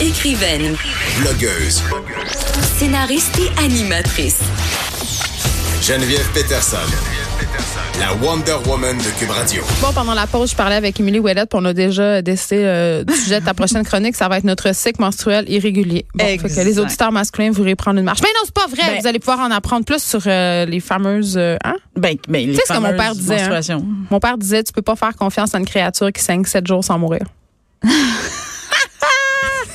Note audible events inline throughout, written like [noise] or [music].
Écrivaine, Blogueuse. scénariste et animatrice. Geneviève Peterson. La Wonder Woman de Cube Radio. Bon, pendant la pause, je parlais avec Émilie Ouellette, puis on a déjà décidé euh, du sujet de ta prochaine chronique. Ça va être notre cycle menstruel irrégulier. Bon, fait que Exact. les auditeurs masculins voudraient prendre une marche. Mais non, c'est pas vrai. Ben- Vous allez pouvoir en apprendre plus sur euh, les fameuses. euh, hein? Ben, ben, les Tu sais ce que mon fameuses père disait, hein? menstruations. Mon père disait tu peux pas faire confiance à une créature qui saigne sept jours sans [laughs] mourir.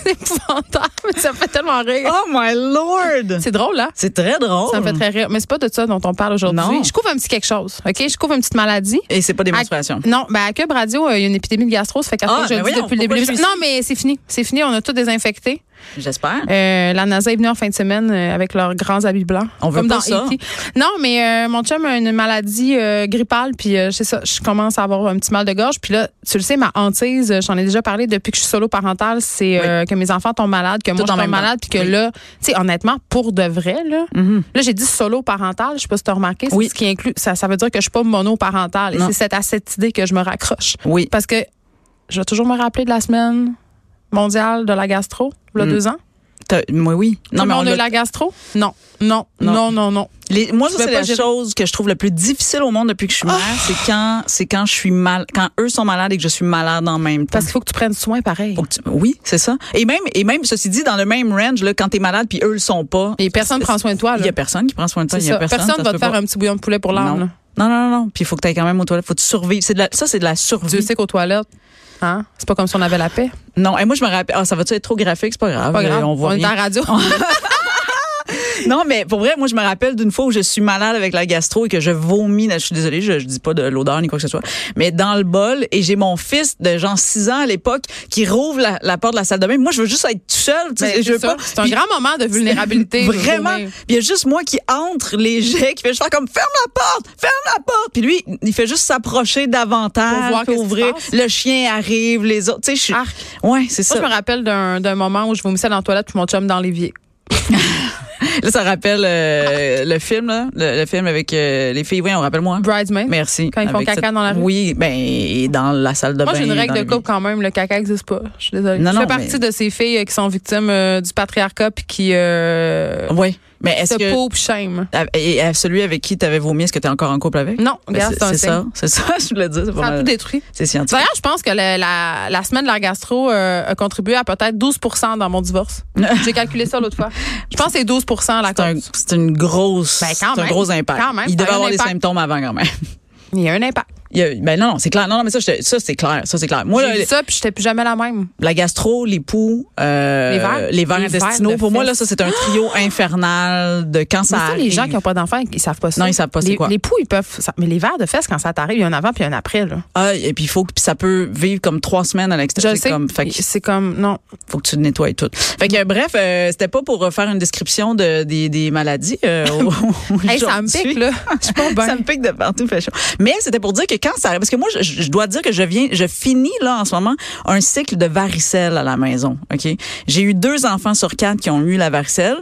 c'est épouvantable. Ça me fait tellement rire. Oh my lord! C'est drôle, là. [laughs] C'est très drôle. Ça me fait très rire. Mais c'est pas de ça dont on parle aujourd'hui. Non. Je couvre un petit quelque chose. OK? Je couvre une petite maladie. Et c'est pas des À- [laughs] menstruations. Non, ben à Cube Radio, euh, il y a une épidémie de gastro. Ça fait quatre Ah, fois que je ben le dis voyons, depuis le pourquoi début. je de suis Non, mais c'est fini. C'est fini. On a tout désinfecté. J'espère. Euh, la NASA est venue en fin de semaine euh, avec leurs grands habits blancs. On veut comme pas dans ça. E.T.. Non, mais euh, mon chum a une maladie euh, grippale, puis euh, c'est ça, je commence à avoir un petit mal de gorge. Puis là, tu le sais, ma hantise, euh, j'en ai déjà parlé depuis que je suis solo parentale, c'est euh, que mes enfants tombent malades, que moi en je tombe même temps. Mhm. malade, puis que là, tu sais, honnêtement, pour de vrai, là, là j'ai dit solo parental, je sais pas si tu as remarqué, c'est Oui. ce qui inclut, ça, ça veut dire que je suis pas monoparentale. Et Non. c'est cette- à cette idée que je me raccroche. Oui. Parce que je vais toujours me rappeler de la semaine mondiale de la gastro, il y a deux Mhm. ans. T'as- Moi, oui. Non, mais on a l'a- la gastro? Non. Non, non, Non. non, non. Les- moi, ça, peux c'est pas la gérer. Ah! chose que je trouve le plus difficile au monde depuis que je suis mère. C'est quand, c'est quand je suis mal, quand eux sont malades et que je suis malade en même temps. Parce qu'il faut que tu prennes soin pareil. Faut que tu- oui, c'est ça. Et même, et même, ceci dit, dans le même range, là, quand t'es malade puis eux le sont pas. Et personne c'est- prend soin de toi. Il Là. y a personne qui prend soin de toi. C'est Il y a ça. personne. Personne ça ne se va te peut faire pas. un petit bouillon de poulet pour l'âme. non. là. non, non, non, non. Puis il faut que t'ailles quand même aux toilettes. Faut que tu survives. C'est de la, ça, c'est de la survie. Dieu sait qu'aux toilettes, hein? c'est pas comme si on avait la paix. Non, et moi je me rappelle. Ah, ça va-tu être trop graphique C'est pas grave. Pas grave. euh, [laughs] On voit est rien. à la radio. Non, mais pour vrai, moi je me rappelle d'une fois où je suis malade avec la gastro et que je vomis. Je suis désolée, je, je dis pas de l'odeur ni quoi que ce soit, mais dans le bol et j'ai mon fils de genre 6 ans à l'époque qui rouvre la, la porte de la salle de bain. Moi, je veux juste être tout seul. tu sais, Ben, je veux c'est ça. pas. C'est un Puis- grand moment de vulnérabilité. [laughs] Vraiment. journée. Puis Il y a juste moi qui entre les jets, qui fait juste faire comme ferme la porte, ferme la porte. Puis lui, il fait juste s'approcher Pour davantage, voir puis qu'est-ce qui se ouvrir. passe. Le chien arrive, les autres. Tu sais, je suis. Arc. Ouais, c'est ça. Moi, je me rappelle d'un d'un moment où je vomissais dans la toilette puis mon chum dans l'évier. Là, ça rappelle euh, le film, là, le, le film avec euh, les filles. Oui, on rappelle moi. Bridesmaid. Merci. Quand ils font Avec caca dans la rue. Oui, ben et dans la salle de Moi, bain. j'ai une règle ben, dans de les- couple quand même. Le caca n'existe pas. Je suis désolée. Non, je non, fais partie de ces filles euh, qui sont victimes euh, du patriarcat puis qui euh, Oui, mais est-ce se que paupent shame. Ah, et à celui avec qui t'avais vomi, est-ce que t'es encore en couple avec Non, Ben, regarde, c'est c'est un c'est signe. ça, c'est ça. [laughs] Je voulais dire, c'est Ça pas a tout mal. détruit. C'est scientifique. D'ailleurs, euh, je pense que le- la, la semaine de la gastro euh, a contribué à peut-être 12 dans mon [laughs] divorce. J'ai calculé ça l'autre fois. Je pense que c'est 12 la C'est un- cause. C'est une grosse, Ben, quand c'est un même. gros impact. Quand même, Il ça devait a un avoir des impact. symptômes avant quand même. [laughs] Il y a un impact. Il y a- ben non, non, c'est clair. Non, non, mais ça, je te- ça c'est clair, ça c'est clair. Moi, là, J'ai vu ça, puis j'étais plus jamais la même. la gastro, les poux, euh, Les vers. les vers Les intestinaux. vers de pour moi, fesses. Ah! là, ça c'est un trio infernal de quand ça, Mais ça, les arrive. gens qui n'ont pas d'enfants, ils savent pas ça. Non, ils savent pas c'est Les- quoi. Les poux, ils peuvent. ça- mais les verres de fesses, quand ça t'arrive, il y a un avant puis un après, là. Ah, et puis il faut que puis ça peut vivre comme trois semaines à Je l'extérieur. le C'est sais. Comme, fait que C'est comme. Non. faut que tu le nettoies tout. Fait que euh, bref, euh, c'était pas pour euh, faire une description de, des, des maladies. euh, [laughs] Hey, ça me aujourd'hui. pique, [laughs] là. Je suis pas bien. Ça me pique de partout, fait chaud. Mais c'était pour dire que quand ça arrive, parce que moi, je, je dois dire que je viens, je finis là en ce moment un cycle de varicelle à la maison. Ok, j'ai eu deux enfants sur quatre qui ont eu la varicelle.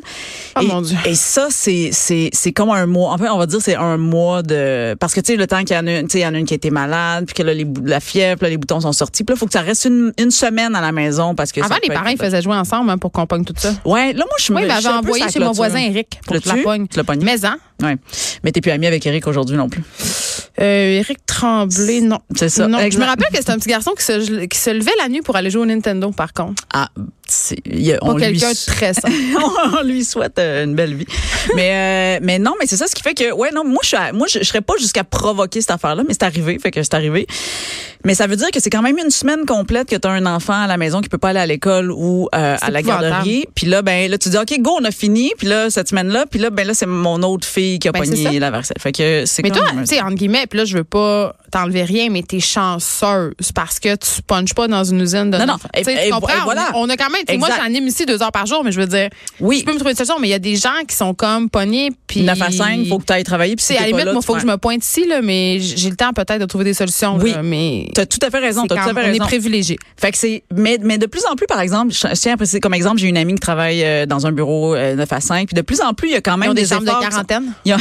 Oh, et, mon Dieu. Et ça, c'est c'est c'est comme un mois. En fait, on va dire c'est un mois de parce que tu sais le temps qu'il y en a, une- tu sais il y en a une qui était malade, puis que là les bou- la fièvre, puis là, les boutons sont sortis, puis là faut que ça reste une, une semaine à la maison parce que ça Avant, les peut parents, être- ils faisaient jouer ensemble hein, pour qu'on pogne tout ça. Ouais, là moi je me Moi, il je suis m'avait un peu envoyé sa chez mon clôture. voisin Eric pour que je la L'as-tu? pogne. Tu l'as pogné? Mais en, Ouais. Mais t'es plus ami avec Eric aujourd'hui non plus. Euh, Eric Tremblay, non. C'est ça. Non, je me Exact. rappelle que c'est un petit garçon qui se, qui se levait la nuit pour aller jouer au Nintendo, par contre. Ah, c'est- il y a- Pas on lui quelqu'un de très sain. [laughs] on lui souhaite euh, une belle vie. Mais euh, mais non, mais c'est ça ce qui fait que ouais non, moi je suis à- moi je, je serais pas jusqu'à provoquer cette affaire là, mais c'est arrivé, fait que c'est arrivé. Mais ça veut dire que c'est quand même une semaine complète que tu as un enfant à la maison qui peut pas aller à l'école ou euh, C'est à la épouvantable. garderie, puis là ben là tu dis OK, go, on a fini, puis là cette semaine là, puis là ben là c'est mon autre fille qui a Ben, c'est ça. pogné la varicelle. Fait que c'est Mais quand toi, même- tu sais, entre guillemets, puis là, je veux pas t'enlever rien, mais t'es chanceuse parce que tu punches pas dans une usine de. Non, non. enfants. Tu sais, Et- tu et- comprends? et voilà. On, on a quand même. tu sais, Moi, Exact. j'anime ici deux heures par jour, mais je veux dire, oui, tu peux me trouver une solution, mais il y a des gens qui sont comme pognés, puis. 9 à 5, faut que tu ailles travailler puis Tu sais, c'est à la limite, moi, faut que je me pointe ici, là, mais j'ai le temps peut-être de trouver des solutions. Oui. là, mais. T'as tout à fait raison, c'est t'as quand- tout à fait on est raison. privilégiés. Fait que c'est mais mais de plus en plus par exemple, je je tiens à préciser comme exemple, j'ai une amie qui travaille euh, dans un bureau euh, 9 à 5 puis de plus en plus il y a quand même Ils ont des des chambres efforts de qui sont- quarantaine. Ils ont-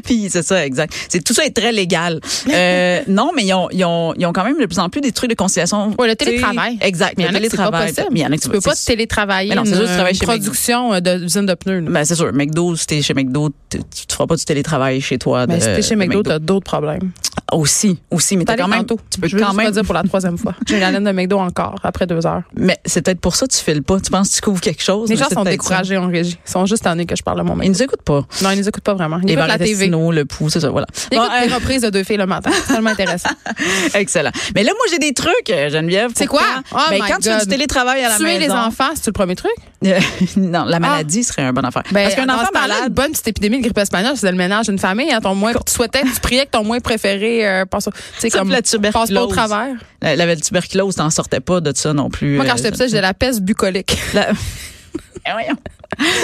[laughs] Puis c'est ça, exact. C'est tout ça est [laughs] très légal. Euh, non, mais ils ont, ils ont, ils ont quand même de plus en plus des trucs de conciliation. Ouais, le Tu sais, télétravail. Exact. Mais il y en a le que c'est pas télétravail. possible. Mais y en a qui Tu peux pas télétravailler Mais non, c'est une, juste travailler une chez McDo. production euh, de- d'usine de pneus. là. Ben, c'est sûr, McDo, si t'es chez McDo, t- tu te feras pas du télétravail chez toi. Mais de- si t'es chez de McDo, t'as d'autres problèmes. Aussi, aussi, mais t'as T'as quand même, tantôt. tu peux Je veux quand juste pas même. dire pour la troisième [laughs] fois. J'ai une haleine de McDo encore après deux heures. Mais c'est peut-être pour ça que tu files pas. Tu penses que tu couvres quelque chose. Les mais gens c'est sont peut-être ça. découragés en régie. Ils sont juste tannés que je parle de mon Ils McDo. nous écoutent pas. Non, ils nous écoutent pas vraiment. Ils Les écoutent la TV. Valentino, le pouls, c'est ça, voilà. Ils Bon, écoutent les reprises de deux filles le matin. C'est tellement [laughs] intéressant. euh, excellent. Mais là, moi, j'ai des trucs, euh, Geneviève. C'est pour quoi? quand- Oh ben, my quand tu fais du God. télétravail à la Tuer maison. les enfants, c'est le premier truc. [laughs] non, la maladie serait un bon affaire. Ben, Parce qu'un dans enfant ce temps-là, malade. une bonne petite épidémie de grippe espagnole, c'est le ménage d'une famille. hein. ton moins, tu souhaitais, tu priais que ton moins préféré euh, passe, au- tu sais, Ça, comme, la passe pas au tuberculose. travers. La, la tuberculose, t'en sortais pas de ça non plus. Moi, quand euh, j'étais [laughs] petite, j'ai de la peste bucolique. [laughs] La... Eh, voyons.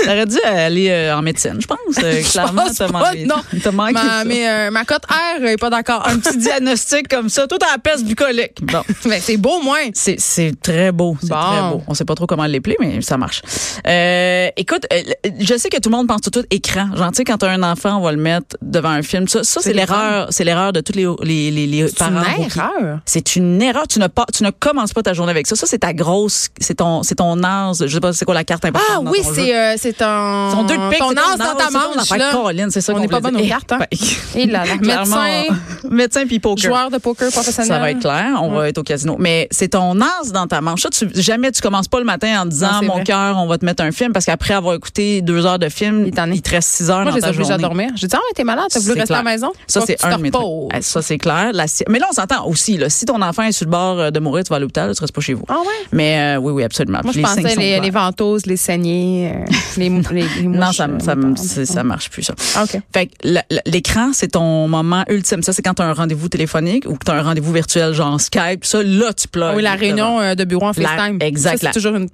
T'aurais dû aller euh, en médecine, je pense. [laughs] euh, clairement, pense t'as pas, manqué. non. T'as manqué ma, ça. Ah. mais, euh, ma cote R est pas d'accord. Un petit diagnostic comme ça, tout à la peste bucolique. Bon. [laughs] Ben, c'est beau, moins. C'est, c'est très beau, c'est Bon. très beau. On sait pas trop comment l'épeler, mais ça marche. Euh, écoute, euh, je sais que tout le monde pense tout de suite écran. Genre, tu sais, quand t'as un enfant, on va le mettre devant un film. Ça, ça c'est, C'est l'erreur, c'est l'erreur de tous les, les, les, les C'est une parents. rookies. erreur. C'est une erreur. Tu ne, pas, tu ne commences pas ta journée avec ça. Ça, c'est ta grosse, c'est ton, c'est ton as. Je sais pas, c'est quoi la carte importante. Ah dans oui, ton jeu. c'est euh, c'est un. Ils sont deux de pique, Ton c'est as dans ton ta c'est ton manche. affaire. là. Colin, c'est ça On qu'on n'est pas voulait bonne [laughs] dire. aux cartes, hein? Ben, Et là, là. clairement, Médecin, médecin puis poker. joueur de poker professionnel. Ça va être clair, on va être au casino. Mais c'est ton as dans ta manche. Ça, tu, jamais tu commences pas le matin en Non, disant c'est mon vrai. cœur, on va te mettre un film parce qu'après avoir écouté deux heures de film, Il est tanné. te reste six heures Moi, dans je les ta oblige journée. à dormir. J'ai dit, ah, mais t'es malade, t'as voulu C'est rester à la clair. maison? Ça, Faut que c'est tu un te de mes trucs. reposes. Eh, Ça, c'est clair. La si- Mais là, on s'entend aussi. Là, si ton enfant est sur le bord euh, de mourir, tu vas à l'hôpital, tu restes pas chez vous. Ah ouais? Mais euh, oui, oui, absolument. Moi, je Les signes pensais sont les, clairs. les ventouses, les saignées, euh, les, [laughs] mou- les, les mouches. Non, ça, me- ça, me- euh, c'est- ça marche plus, ça. Ah, OK. Fait que la- la- l'écran, c'est ton moment ultime. Ça, c'est quand tu as un rendez-vous téléphonique ou que tu as un rendez-vous virtuel, genre Skype. Ça, là, tu pleures. Oui, la réunion euh, de bureau en La- FaceTime. exact, Ça, la- C'est toujours une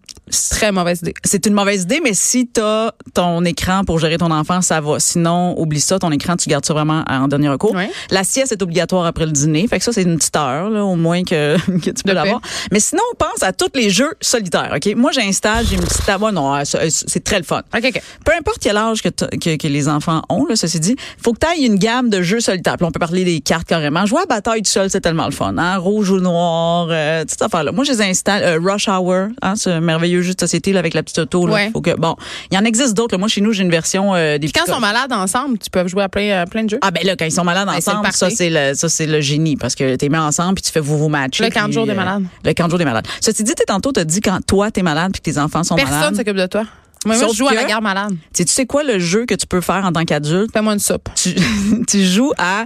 très mauvaise idée. C'est une mauvaise idée, mais si tu as ton écran pour gérer ton enfant, ça va. Sinon, oublie ça. Ton écran, tu gardes ça vraiment en dernier recours. Ouais. La sieste est obligatoire après le dîner. Fait que ça, c'est une petite heure, là, au moins que, [laughs] que tu peux De l'avoir. Mais sinon, on pense à tous les jeux solitaires, OK? Moi, j'ai un stage, j'ai une petite table. Ouais, Non, euh, ça, euh, c'est très le fun. OK, OK. peu importe quel âge que, t'as- que, que les enfants ont, là, ceci dit, faut que tu ailles une gamme de jeux solitaires. Puis on peut parler des cartes carrément. Jouer à Bataille du Sol, c'est tellement le fun. Hein? Rouge ou noir, euh, toute cette affaire-là. Moi, je les installe. euh, Rush Hour, hein, ce merveilleux jeu de société là, avec la petite auto. Là, Ouais. faut que, bon, il y en existe d'autres. là. Moi, chez nous, j'ai une version euh, des Puis quand petits ils sont malades ensemble, tu peux jouer à plein, euh, plein de jeux. ah ben là, quand ils sont malades Ben, c'est le ensemble, ça party. c'est le ça c'est le génie parce que t'es mis ensemble puis tu fais vous vous matcher. Le camp de puis, jour des euh, malades. Le camp de jour des malades. Ceci dit, t'es tantôt t'as dit quand toi t'es malade puis que tes enfants sont Personne malades. s'occupe de toi. Moi, moi, Sauf je joue à la que- guerre malade. Tu sais- tu sais quoi le jeu que tu peux faire en tant qu'adulte Fais-moi une soupe. tu, [laughs] tu joues à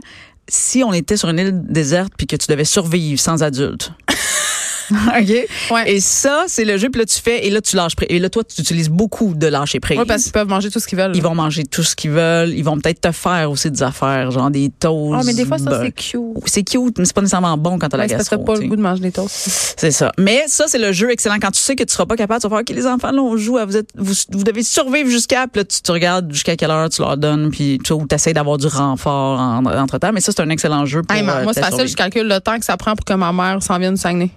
si on était sur une île déserte puis que tu devais survivre [laughs] sans adulte. OK? Ouais. Et ça, c'est le jeu. Puis là, tu fais, et là, tu lâches prise. Et là, toi, tu utilises beaucoup de lâcher prise. Oui, parce qu'ils peuvent manger tout ce qu'ils veulent. Ils vont manger tout ce qu'ils veulent. Ils vont peut-être te faire aussi des affaires, genre des toasts. Ah, mais des fois, ça, ben, c'est cute. c'est cute, mais c'est pas nécessairement bon quand t'as la Ouais, ça gastro. serait pas tu le sais. goût de manger des toasts. C'est ça. Mais ça, c'est le jeu excellent. Quand tu sais que tu seras pas capable, tu vas faire, OK, les enfants, là, on joue à, vous êtes, vous, vous devez survivre jusqu'à, puis là, tu, tu regardes jusqu'à quelle heure tu leur donnes, puis tu sais, ou t'essayes d'avoir du renfort en- entre-temps. Mais ça, c'est un excellent jeu pour Hey, ma- euh, moi, c'est te facile, je survivre. calcule le temps que ça prend pour que ma mère s'en vienne du Saguenay.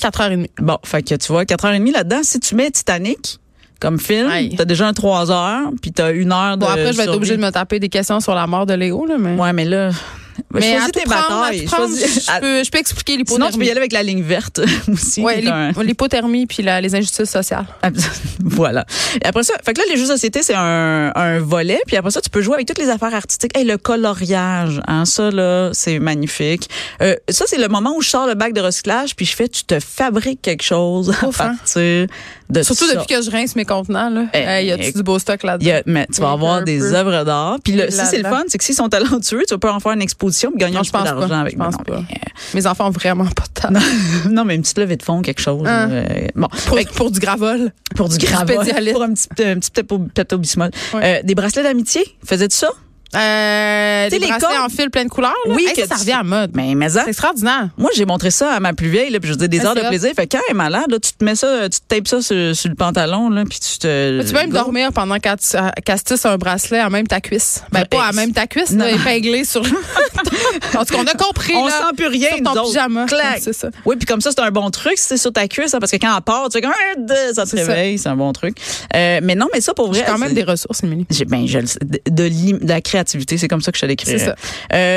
4h30. Bon, fait que tu vois, 4h30 là-dedans, si tu mets Titanic comme film, Aïe. t'as déjà un 3 heures, puis t'as une heure de Bon, après, je vais être survie. obligée de me taper des questions sur la mort de Léo, là, mais. Ouais, mais là... Mais choisis à tout tes prendre, à batailles. tout prendre, choisis- [laughs] je, à- peux, je peux expliquer Sinon, l'hypothermie. tu peux y aller avec la ligne verte [laughs] aussi. Ouais, qui est un- l'hy- l'hypothermie puis la- les injustices sociales. [laughs] voilà. Et après ça, fait que là, les jeux de société, c'est un, un volet. Puis après ça, tu peux jouer avec toutes les affaires artistiques. Hey, le coloriage, hein, ça, là, c'est magnifique. Euh, ça, c'est le moment où je sors le bac de recyclage, puis je fais, tu te fabriques quelque chose à Ouf, hein. partir de Surtout ça. depuis que je rince mes contenants, là. Eh, Hey, y a-tu eh, du beau stock Il y là-dedans? a- mais tu vas Il y a avoir un des peu. œuvres d'art. Puis le, Et si là, c'est le là. fun, c'est que s'ils sont talentueux, tu vas pouvoir en faire une exposition puis gagner Non, un je petit peu pense pas. d'argent avec. Je pense non, pas. mais- Mes enfants ont vraiment pas de temps. [laughs] non, mais une petite levée de fond, quelque chose. Hein. euh, bon. Pour, pour du gravol. Pour du Du gravol. Pédialyte. Pour un petit, un petit plateau, plateau bismol. Ouais. Euh, des bracelets d'amitié. Faisais-tu ça? Euh, Tu sais, les les bracelets cordes- en fil plein de couleurs, là. Oui, Hey, ça, que ça tu- revient à mode. Mais, hein? mais ça, C'est extraordinaire. moi, j'ai montré ça à ma plus vieille, là, puis je dis des Ah, heures de c'est hot. plaisir. Fait quand elle est malade, là, tu te mets ça, tu te tapes ça sur, sur le pantalon, là, puis tu te. Tu peux même Go. dormir pendant qu'elle tu- euh, qu'elle se tisse un bracelet à même ta cuisse. Ben, Ouais, pas à ex- même ta cuisse, Non. là, épinglé sur. [laughs] en tout cas, on a compris, On là. sent plus rien, sur ton nous autres. pyjama. Clac. C'est ça. Oui, puis comme ça, c'est un bon truc, si c'est sur ta cuisse, hein, parce que quand elle part, tu fais comme un, deux, ça te C'est ça. réveille, c'est un bon truc. Euh, mais non, mais ça, pour vrai. J'ai quand même c'est- des ressources, Émilie. j'ai- ben, je le sais, de, de l'im- de la créativité. C'est comme ça que je te l'écris. C'est ça.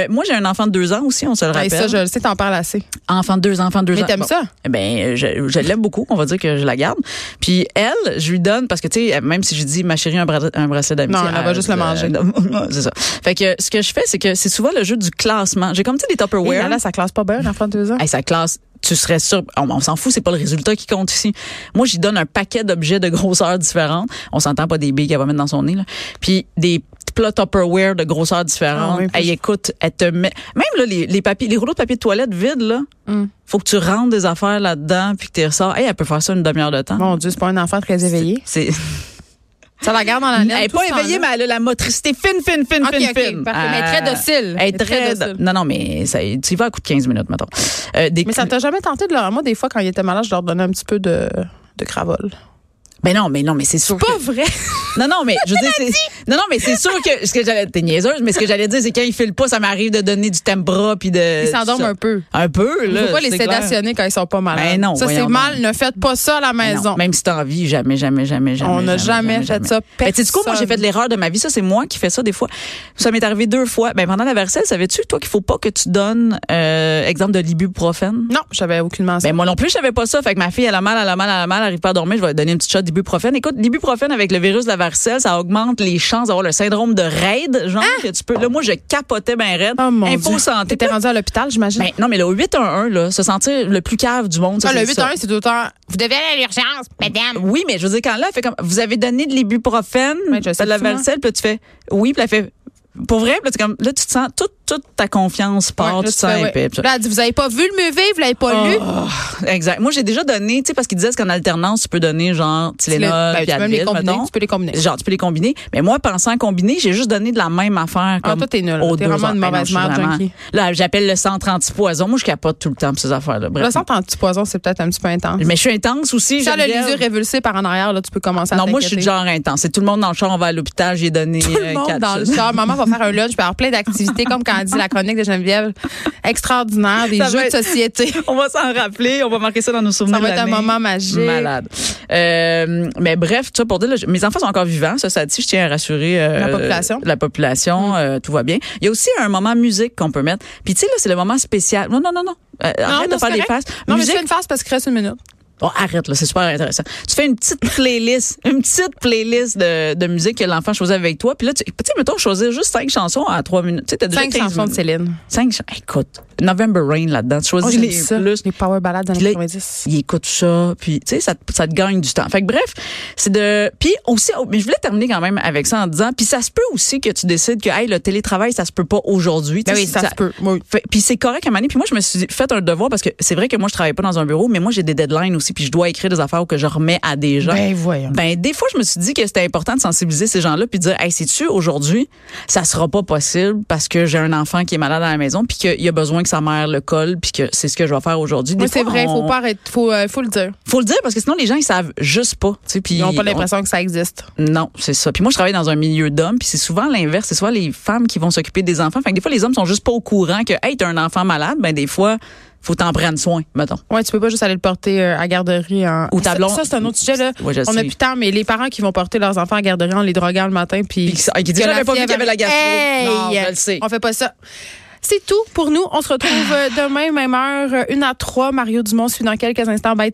moi, j'ai un enfant de deux ans aussi, on se le Ah, et rappelle. ça, je le sais, t'en parles assez. Enfant de deux enfants de deux Mais ans. t'aimes ça? eh Ben, euh, je, je l'aime beaucoup. On va dire que je la garde. Puis elle, je lui donne parce que tu sais, même si je dis ma chérie un, bra- un bracelet d'amitié, Non, elle va juste le manger. [laughs] non, c'est ça. Fait que ce que je fais, c'est que c'est souvent le jeu du classement. J'ai comme tu sais des Oui, Tupperware. là, ça classe pas bien, un enfant de deux ans. Hey, sa classe, tu serais sûr. On, on s'en fout, c'est pas le résultat qui compte ici. Moi, j'y donne un paquet d'objets de grosseurs différentes. On s'entend pas des billes qu'elle va mettre dans son nez, là. Puis des plats Tupperware de grosseurs Ah différentes. oui, puis- Hey, écoute, elle te met. Même là, les, les papiers, les rouleaux de papier de toilette vides, là. Mm. Faut que tu rentres des affaires là-dedans, puis que tu ressors. Hey, elle peut faire ça une demi-heure de temps. Mon Dieu, c'est pas un enfant très éveillé. C'est. Ça la garde dans la [laughs] Elle laine. n'est tout pas ce temps-là. éveillée, mais elle a la motricité fine, fine, fine, Ok, fine, ok, fine. parfait. Mais elle est très Euh, docile. Elle est très, très docile. do- Non, non, mais ça, tu y vas à coup de 15 minutes, mettons. Euh, des Mais ça cl- t'a jamais tenté de leur. Moi, des fois, quand ils étaient malades, je leur donnais un petit peu de, de cravole. Ben non, mais non, mais c'est sûr. que- vrai! Non, non, mais je [laughs] veux dire, c'est. Non, non, mais c'est sûr que. Ce que j'allais. T'es niaiseuse, mais ce que j'allais dire, c'est quand ils filent pas, ça m'arrive de donner du bras puis de. Ils s'endorment ça. un peu. Un peu, Il là. faut pas les c'est clair. sédationner quand ils sont pas malades. Ben non, ça, c'est voyons mal. Ne faites pas ça à la Mais Ben non, maison. Même si t'as envie, jamais, jamais, jamais, jamais. On n'a jamais fait ça, Mais tu sais quoi, moi, j'ai personne. fait de l'erreur de ma vie. Ça, c'est moi qui fais ça des fois. Ça m'est arrivé deux fois. Ben, pendant la verselle, savais-tu, toi, qu'il faut pas que tu donnes, euh, exemple de l'ibuprofène? Non, j'avais aucunement ça. Ben, moi non plus, je savais pas ça. Fait que ma fille, elle a mal, elle a mal, elle a mal, elle arrive pas à dormir. Je vais lui donner une petite shot d'ibuprofène. Écoute, l'ibuprofène avec le virus de la varicelle, ça augmente les chances d'avoir le syndrome de raid. Genre, que tu peux. Là, moi, je capotais ben raid. Ah! oh mon Info Dieu. santé. T'étais rendu à l'hôpital, j'imagine? Ben, non, mais le 811, là, se sentir le plus cave du monde. ça, Ah, le c'est ça. 8-1, c'est d'autant. Vous devez aller à l'urgence, madame. Oui, mais je veux dire, quand là, elle fait comme, vous avez donné de l'ibuprofène, Ouais, je sais de la plus, moi. varicelle, puis là, tu fais, oui, puis elle fait, pour vrai, puis là, tu, comme, là, tu te sens, toute, toute ta confiance Ouais, part, tu là, te tu sens fais, ouais. épais, puis ça. Là, elle dit, vous avez pas vu le MUV, vous l'avez pas lu. Oh, exact. Moi, j'ai déjà donné, tu sais, parce qu'ils disaient qu'en alternance, tu peux donner genre Tylenol, Ben, puis tu peux même Advil, les combiner, mettons. tu peux les combiner. Genre, tu peux les combiner. Mais moi, pensant combiner, j'ai juste donné de la même affaire. Ah, Comme toi, t'es nul. aux T'es deux vraiment une heures. Ben non, mauvaise je suis mère, vraiment- junkie. Là, j'appelle le centre anti-poison. Moi, je capote tout le temps pour ces affaires-là. Bref. Le centre anti-poison, c'est peut-être un petit peu intense. Mais je suis intense aussi. Si elle a Geneviève. les yeux révulsés par en arrière, là, tu peux commencer à Non, moi, je suis t'inquiéter. du genre intense. C'est tout le monde dans le char, on va à l'hôpital, j'ai donné euh, tout le monde dans [laughs] le char. Maman va faire un lunch, puis avoir plein d'activités, comme quand elle dit la chronique de Geneviève. Extraordinaire, des Ça va jeux de être- société. On va s'en rappeler, on va marquer ça dans nos souvenirs. Ça va être de un l'année. moment magique. Malade. Euh, mais bref, tout ça pour dire, là, je- mes enfants sont encore vivants, ça, ça dit, je tiens à rassurer euh, La population. Mm. La population, euh, tout va bien. Il y a aussi un moment musique qu'on peut mettre. Puis tu sais, là, c'est le moment spécial. Non, non, non, non. Euh, arrête non, de c'est faire des faces. correct. Non, mais musique. je fais une face parce qu'il reste une minute. Oh, arrête, là, c'est super intéressant. Tu fais une petite playlist, [laughs] une petite playlist de, de musique que l'enfant choisit avec toi. Puis là, tu tu sais, mettons, choisir juste cinq chansons à trois minutes. Tu sais, t'as déjà Cinq 15 chansons de minutes. Céline. Cinq chansons. Écoute, November Rain là-dedans. Tu Oh, choisis j'aime les ça. plus. Les power ballades dans Puis là, les 90. il écoute ça, puis tu sais, ça, te- ça te gagne du temps. Fait que bref, c'est de. Puis aussi, oh, mais je voulais terminer quand même avec ça en disant, puis ça se peut aussi que tu décides que hey, le télétravail, ça se peut pas aujourd'hui. Tu Ben sais, oui, si ça se peut. Oui. Fait- Puis c'est correct à manier. Puis moi, je me suis fait un devoir parce que c'est vrai que moi, je travaille pas dans un bureau, mais moi, j'ai des deadlines aussi, puis je dois écrire des affaires que je remets à des gens. Ben voyons. Ben, des fois, je me suis dit que c'était important de sensibiliser ces gens-là puis de dire, hey, sais-tu, aujourd'hui, ça sera pas possible parce que j'ai un enfant qui est malade à la maison puis qu'il a besoin que sa mère le colle puis que c'est ce que je vais faire aujourd'hui. Des Oui, c'est fois, vrai, il on- faut pas arrêter, faut, euh, faut le dire. Faut le dire parce que sinon, les gens, ils savent juste pas, tu sais, puis Ils n'ont pas on- l'impression que ça existe. non, c'est ça. Puis moi, je travaille dans un milieu d'hommes, puis c'est souvent l'inverse. C'est soit les femmes qui vont s'occuper des enfants. Fait que des fois, les hommes sont juste pas au courant que, hey, t'as un enfant malade, ben des fois, faut t'en prendre soin, mettons. Ouais, tu peux pas juste aller le porter euh, à garderie en Ou Ça- ta blonde. Ça, c'est un autre sujet là. Ouais, je On sais. n'a plus le temps, mais les parents qui vont porter leurs enfants à garderie en les droguant le matin, puis Puis qui- ah, qui disent, que J'avais pas vu fièvre qu'il y avait la gastro. Hey! Non, je le sais. On fait pas ça. C'est euh, tout pour nous. On se retrouve euh, demain, même heure, 1 à 3. Mario Dumont suit dans quelques instants. Bye tout le